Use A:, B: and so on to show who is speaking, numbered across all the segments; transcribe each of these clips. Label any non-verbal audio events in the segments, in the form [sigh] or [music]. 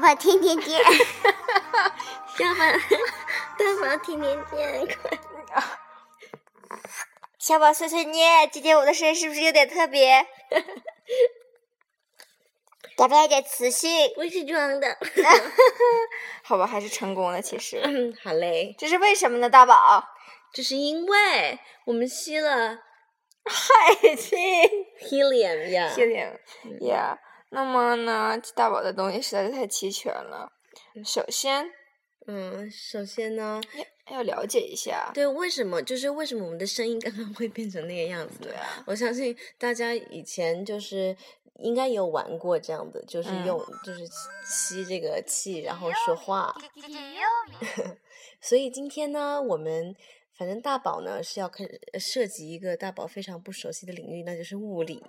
A: 宝天天见，
B: 小宝， [laughs] 大宝天天见，快！
A: [laughs] 小宝碎碎念，今天我的声音是不是有点特别？改变一点词性，
B: 我是装的。 [laughs]
A: 好吧，还是成功了。其实
B: 嗯，好嘞，
A: 这是为什么呢？大宝，
B: 这是因为我们吸了
A: 嗨，亲。
B: helium 呀，
A: 谢谢呀。那么呢，大宝的东西实在是太齐全了。首先
B: 嗯，首先呢，
A: 要了解一下，
B: 对，为什么就是为什么我们的声音刚刚会变成那个样子？
A: 对啊，
B: [laughs] 我相信大家以前就是应该有玩过这样的，就是
A: 嗯
B: 用、就是吸吸这个气然后说话。所以今天呢，我们反正大宝呢是要开始呃涉及一个大宝非常不熟悉的领域，那就是物理。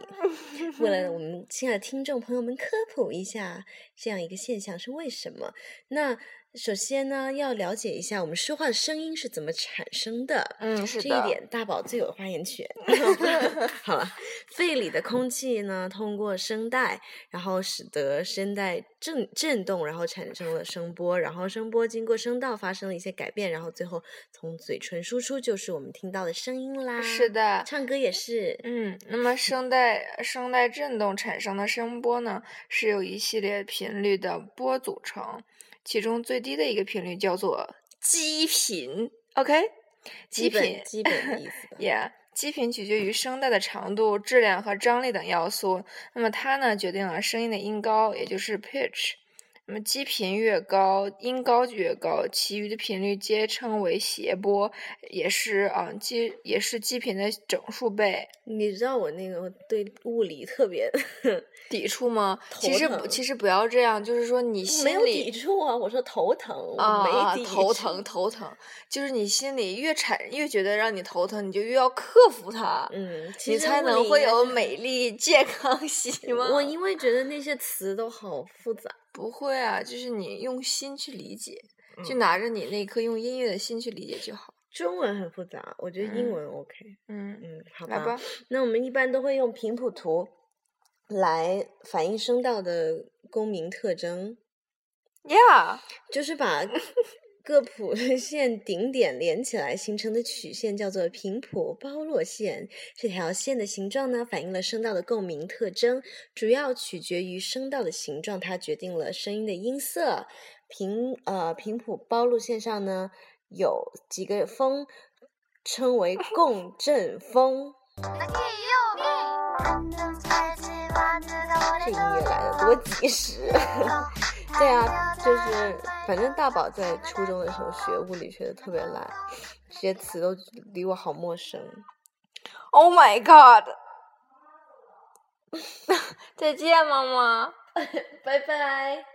B: 为了我们亲爱的听众朋友们科普一下这样一个现象是为什么。那首先呢，要了解一下我们说话的声音是怎么产生的。
A: 嗯，是
B: 这一
A: 的，
B: 点大宝最有发
A: [laughs]
B: 言权。好了， [laughs] 肺里的空气呢，通过声带，然后使得声带震震动，然后产生了声波，然后声波经过声道发生了一些改变，然后最后从嘴唇输出，就是我们听到的声音啦。
A: 是，的。
B: 唱歌也是。
A: 嗯，那么声带声带振动产生的声波呢，是由一系列频率的波组成，其中最低的一个频率叫做基频，OK，基
B: 基
A: 频。
B: 本基本的意思吧
A: [laughs] 也基频取决于声带的长度、质量和张力等要素。那么它呢，决定了声音的音高，也就是 pitch。那么基频越高，音高就越高，其余的频率皆称为谐波，也是啊基也是基频的整数倍。
B: 你知道我那个对物理特别
A: 抵触吗？其实不
B: 头疼
A: 其实不要这样，就是说你
B: 没
A: 心
B: 有抵
A: 里
B: 触啊，我说头疼，我
A: 啊啊
B: 没抵触。
A: 头疼头疼，就是你心里越产越觉得让你头疼，你就越要克服它，
B: 嗯，其
A: 你
B: 实
A: 才
B: 物
A: 能
B: 理
A: 会
B: 应该
A: 有
B: 是嗯
A: 美丽健康喜吗？
B: 我因为觉得那些词都好复杂，
A: 不会啊，就是你用心去理解，
B: 嗯
A: 就拿着你那颗用音乐的心去理解就好。
B: 中文很复杂，我觉得英文 OK。
A: 嗯，
B: 嗯，好
A: 来吧，
B: 那我们一般都会用频谱图来反映声道的共鸣特征，
A: 呀，
B: 就是把各谱线顶点连起来形成的曲线叫做频谱包络线。这条线的形状呢，反映了声道的共鸣特征，主要取决于声道的形状，它决定了声音的音色。频呃频谱包络线上呢有几个峰，称为共振峰。这音乐来的多及时。 [laughs] 对啊，就是反正大宝在初中的时候学物理学的特别烂，这些词都离我好陌生。
A: Oh my
B: [laughs]
A: god！再见，妈妈。
B: [laughs] 拜拜。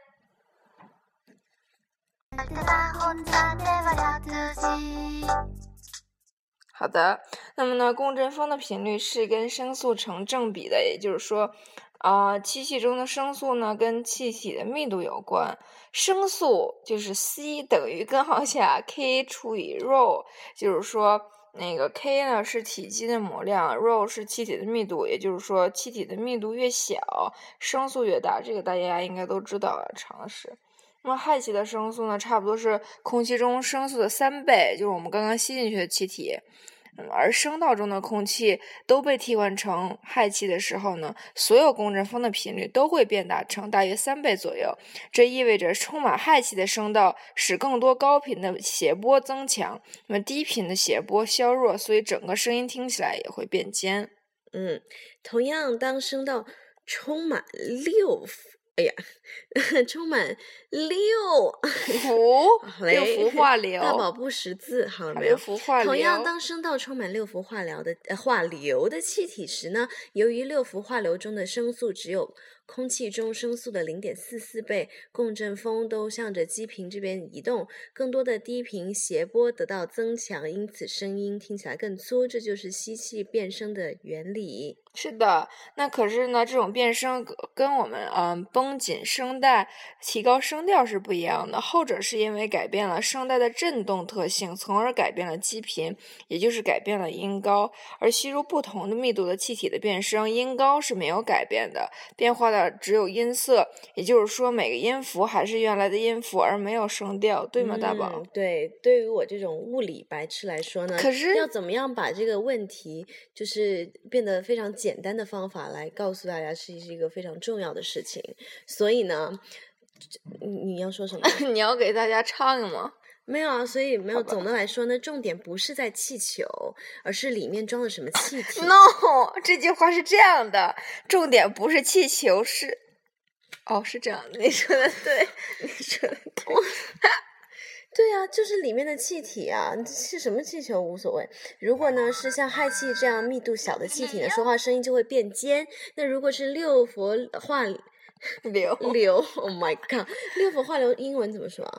A: 好的，那么呢，共振峰的频率是跟声速成正比的，也就是说，啊、气体中的声速呢跟气体的密度有关。声速就是 c 等于根号下 k 除以 rho，就是说那个 k 呢是体积的模量，rho 是气体的密度，也就是说气体的密度越小，声速越大。这个大家应该都知道啊，常识。那么氦气的声速呢，差不多是空气中声速的三倍，就是我们刚刚吸进去的气体。嗯而声道中的空气都被替换成氦气的时候呢，所有共振峰的频率都会变大，成大约三倍左右。这意味着充满氦气的声道使更多高频的谐波增强，那么低频的谐波削弱，所以整个声音听起来也会变
B: [laughs]
A: 尖。
B: 嗯，同样，当声道充满六，哎呀， [laughs] 充满六，
A: 符六
B: 嘞
A: 氟化硫，
B: 大宝不识字，好了没
A: 六
B: 有？
A: 氟化硫。
B: 同样，当声道充满六氟化疗的呃化硫的气体时呢，由于六氟化硫中的声速只有空气中声速的零点四四倍，共振峰都向着基频这边移动，更多的低频谐波得到增强，因此声音听起来更粗，这就是吸气变声的原理。
A: 是的，那可是呢，这种变声跟跟我们嗯绷紧声带、提高声调是不一样的。后者是因为改变了声带的振动特性，从而改变了基频，也就是改变了音高。而吸入不同的密度的气体的变声，音高是没有改变的，变化的只有音色，也就是说每个音符还是原来的音符，而没有声调，对吗，大宝
B: 嗯？对，对于我这种物理白痴来说呢，
A: 可是
B: 要怎么样把这个问题就是变得非常简单的方法来告诉大家，是是一个非常重要的事情。所以呢，这你你要说什么？
A: [laughs] 你要给大家唱吗？
B: [laughs] 没有啊，所以没有。
A: 好吧
B: 总的来说呢，重点不是在气球，而是里面装了什么
A: [laughs]
B: 气体。
A: No，这句话是这样的，重点不是气球，是哦，是这样的，你说的
B: [laughs]
A: 对，你说的对。
B: 对啊，就是里面的气体啊，是什么气球无所谓。如果呢是像氦气这样密度小的气体呢，说话声音就会变尖。那如果是六氟化
A: [laughs] 刘
B: 硫，Oh my god，六氟化硫英文怎么说啊？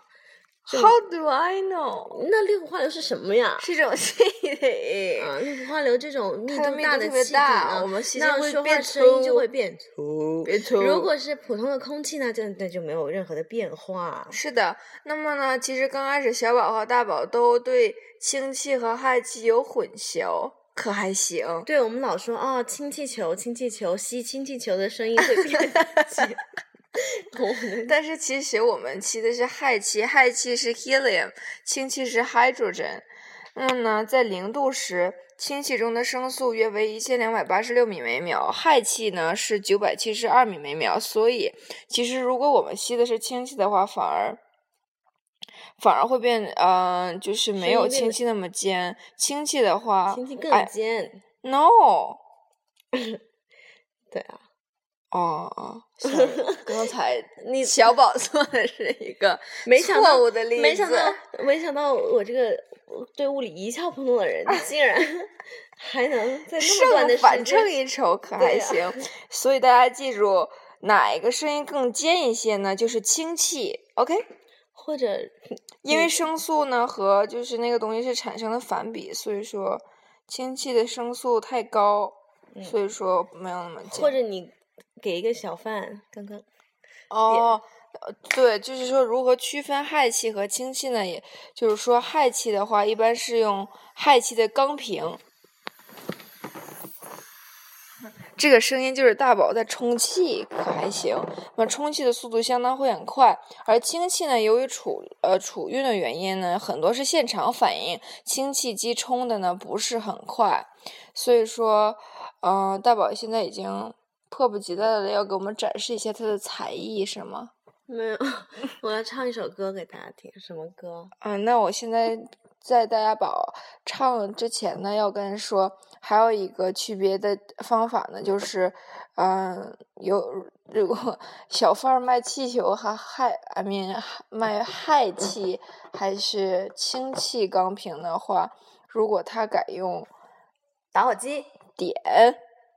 A: ，How do I know？
B: 那六氟化硫是什么呀？
A: 是种气
B: [laughs]
A: 体，
B: 啊，六氟化硫这种密
A: 它的
B: 度
A: 密
B: 大
A: 度特
B: 的
A: 别
B: 气体
A: 大
B: 呢，
A: 我们吸进
B: 那
A: 会
B: 说话
A: 变
B: 声音就
A: 粗
B: 会变粗。
A: 别抽
B: 如果是普通的空气呢，就那就没有任何的变化。
A: 是的，那么呢，其实刚开始小宝和大宝都对氢气和氦气有混淆，可还行。
B: 对我们老说啊，氢气球，氢气球，吸氢气球的声音会变 [laughs] 尖。我 [laughs] 们
A: 但是其实我们吸的是氦气，氦气是 helium，氢气是 hydrogen。那么呢，在零度时，氢气中的声速约为一千两百八十六米每秒，氦气呢是九百七十二米每秒。所以，其实如果我们吸的是氢气的话，反而反而会变，嗯、就是
B: 声
A: 没
B: 音
A: 有
B: 变
A: 氢
B: 得
A: 气那么尖。氢气的话，
B: 氢气更
A: 哎
B: 尖。
A: No，
B: [laughs] 对啊，
A: 哦
B: [laughs]
A: 哦，sorry，刚才
B: 你
A: [laughs] 小宝做的是一个
B: [laughs] 没想到
A: 错误的例子，
B: 没想到，没想到我这个对物理一窍不通的人，竟 [laughs] 然还能在那么短
A: 胜
B: 的时
A: 反
B: 间
A: 正一筹，可还
B: 对啊
A: 行。所以大家记住，哪一个声音更尖一些呢？就是氢气，OK？
B: 或 [laughs] 者
A: 因
B: 嗯
A: 为声速呢和就是那个东西是产生的反比，所以说氢气的声速太高，
B: 嗯
A: 所以说没有那么尖。
B: 或者你给一个小贩刚刚
A: 哦，呃对，就是说如何区分氦气和氢气呢？也就是说，氦气的话，一般是用氦气的钢瓶。这个声音就是大宝在充气，可还行。那充气的速度相当会很快，而氢气呢，由于储呃储运的原因呢，很多是现场反应，氢气机充的呢不是很快，所以说，嗯、大宝现在已经迫不及待的要给我们展示一下他的才艺，是吗？
B: [laughs] 没有，我要唱一首歌给大家听，什么歌？
A: 嗯，那我现在在大家宝唱之前呢，要跟说还有一个区别的方法呢，就是，嗯，有如果小贩儿卖气球还氦，I mean 卖氦气还是氢气钢瓶的话，如果他改用
B: 打火机。
A: 点，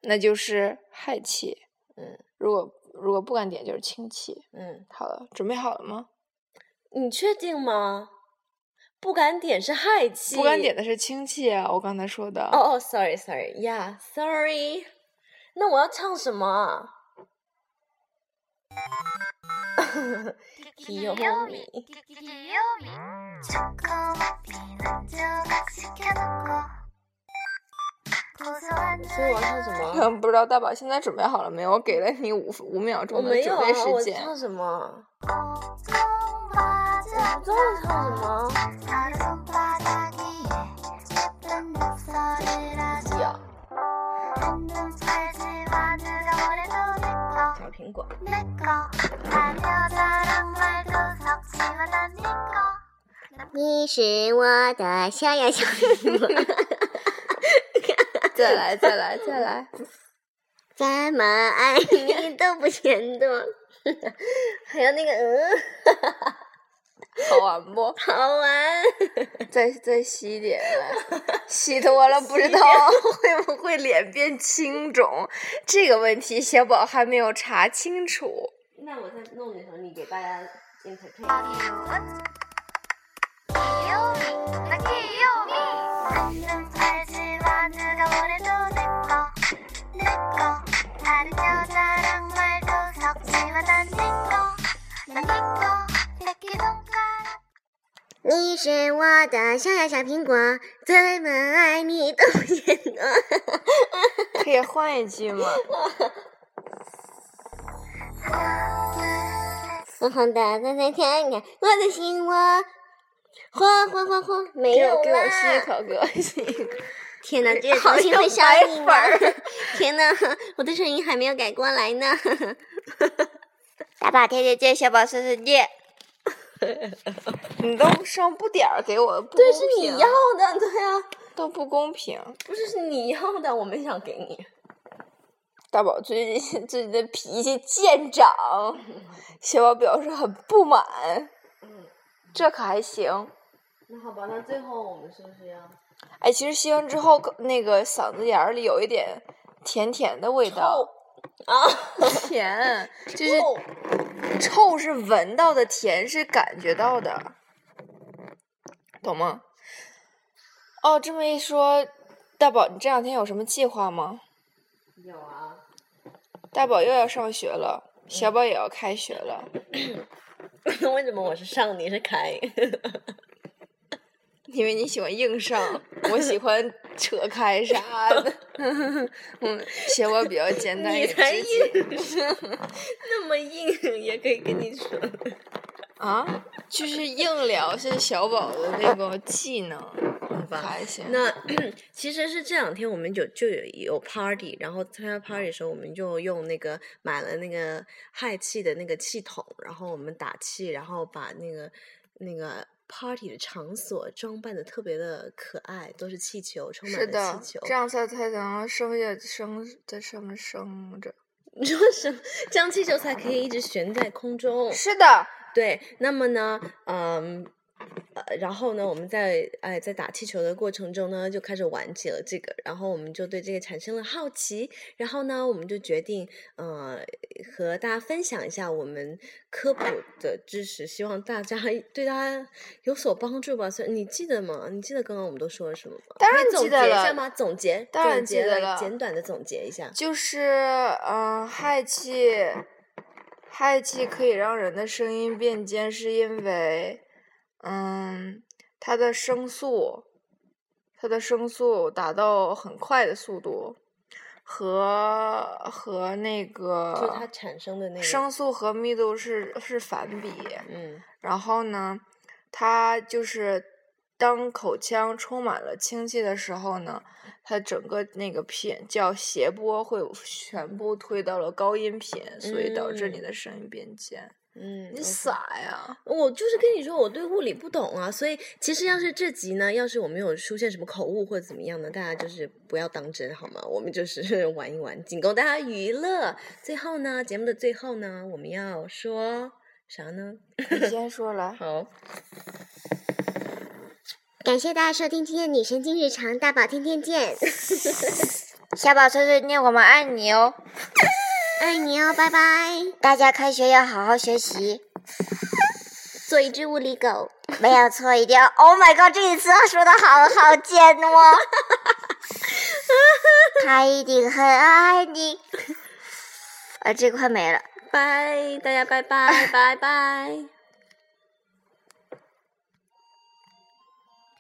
A: 那就是氦气，
B: 嗯
A: 如果如果不敢点就是氢气。
B: 嗯，
A: 好了，准备好了吗？
B: 你确定吗？不敢点是氦气。
A: 不敢点的是氢气啊，我刚才说的。
B: 哦哦，sorry sorry，yeah，sorry。那我要唱什么啊？
C: 기요미 기요미 초코피는 조각 시켜놓고 고소한
B: 所以我要唱什
D: [laughs]
B: 么？
A: [laughs]
B: 啊
A: 不知道大宝现在准备好了没有？我给了你五五秒
B: 我
A: 钟的
B: 没
A: 准
B: 有啊
A: 备，时
B: 我
A: 间。
B: 唱什么？
C: 고통받은
B: 我知道唱什么。
C: 다른 손바닥 위에 예쁜 목소리를 아주
B: 呀，
C: 한눈 팔지 마늘 오래도
B: 小苹果。
C: 내꺼 내꺼 난 여자랑 말도 섞지만 난 니꺼
D: 你是我的小呀小苹果，
A: [laughs] 再来，再来，
B: [laughs]
A: 再来。
D: 怎么爱你都不嫌多。 [laughs]
B: 还有那个，
D: 呃
B: 嗯，
A: 好玩不？
B: 好玩。
A: 再再吸一
B: [laughs]
A: 点来，吸多了不知道 [laughs] 会不会脸变青肿？这个问题小宝还没有查清
B: [laughs]
A: 楚。
B: 那我在弄的时候，你给大家 entertain。
C: 귀여운 귀요미 나 귀요미 안녕 알지만 누가 원해도 내꺼 내꺼 다른 여자랑 말도 섞지만 난 내꺼 난 내꺼 새끼 손가락
D: 你是我的小呀小苹果，怎么爱你都不嫌多。
A: 可以换一句吗？
D: 疯狂的在在天涯，我的心窝，火火火火，没
A: 给
D: 有
A: 我给我吸一
D: 啦！
A: 口，给我吸一口。
D: 天
B: [laughs]
D: 哪，这
A: 哎
D: 好心
A: 好
D: 会
A: 像
D: 上
A: 白
D: 瘾啊
A: 粉儿！
D: [laughs] 天哪，我的声音还没有改过来呢。 [laughs] 大宝天天见，小宝碎碎念。
A: 你都上不点儿给我，不
B: 对，
A: 公
B: 是你
A: 平
B: 要的，对啊，
A: 都不公平。
B: 不是是你要的，我没想给你。
A: 大宝最近 [laughs] 最近的脾气渐 [laughs] 长，小宝表示很不满。这可还行，
B: 那好吧，那最后我们是不是要
A: 哎，其实吸完之后，那个嗓子眼儿里有一点甜甜的味道，
B: 啊？
A: [laughs] 甜就是臭是闻到的，甜是感觉到的，懂吗？哦，这么一说，大宝，你这两天有什么计划吗？
B: 有啊，
A: 大宝又要上学了，小宝也要开学了。
B: [laughs] 为什么我是上你是开？
A: 因为你喜欢硬上，我喜欢扯开啥的。 [laughs] 嗯，写我比较简单，
B: 你
A: 也
B: 才
A: 直接
B: 硬 [laughs] 上，那么硬也可以跟你说。
A: 啊，就是硬聊是小宝的那个技能，还行。
B: 啊那 [clears throat] 其实是这两天我们有就有有 party，然后参加 party 的时候，我们就用那个买了那个氦气的那个气筒，然后我们打气，然后把那个那个 party 的场所装扮的特别的可爱，都是气球，充
A: 是
B: 满
A: 的
B: 了气球，。
A: 这样才才能生下生在上面生着。
B: [laughs] 你说什么？这样气球才可以一直悬在空中。
A: 是的，
B: 对，那么呢，嗯，呃，然后呢，我们在哎在打气球的过程中呢，就开始玩起了这个，然后我们就对这个产生了好奇，然后呢，我们就决定呃和大家分享一下我们科普的知识，希望大家对大家有所帮助吧。所以你记得吗？你记得刚刚我们都说了什么吗？
A: 当
B: 可以
A: 然记
B: 总
A: 得
B: 结一下
A: 了
B: 吗？总结，
A: 当
B: 总
A: 然记
B: 结
A: 得
B: 来
A: 了
B: 简短的总结一下。
A: 就是嗯，氦气，氦气可以让人的声音变尖，是因为嗯，它的声速，它的声速达到很快的速度，和和那
B: 就是它
A: 个
B: 产生的那个
A: 声速和密度是是反比，
B: 嗯
A: 然后呢，它就是当口腔充满了氢气的时候呢，它整个那个频叫谐波会全部推到了高音频，所以导致你
B: 嗯
A: 的声音变尖。
B: 嗯，
A: 你
B: OK
A: 傻呀？
B: 我就是跟你说，我对物理不懂啊，所以其实要是这集呢，要是我们有出现什么口误或者怎么样呢，大家就是不要当真好吗？我们就是 [laughs] 玩一玩，仅供大家娱乐。最后呢，节目的最后呢，我们要说啥呢？
A: 你先说来。
B: 好，
D: 感谢大家收听今天的女神经日常，大宝天天见， [laughs] 小宝碎碎念，我们爱你哦，爱你哦，拜拜！大家开学要好好学习，做一只物理狗，没有错，一定要。Oh my god，这一次说的好好贱哦，他一定很爱你。啊，这快没了。
B: 拜，大家拜拜拜拜。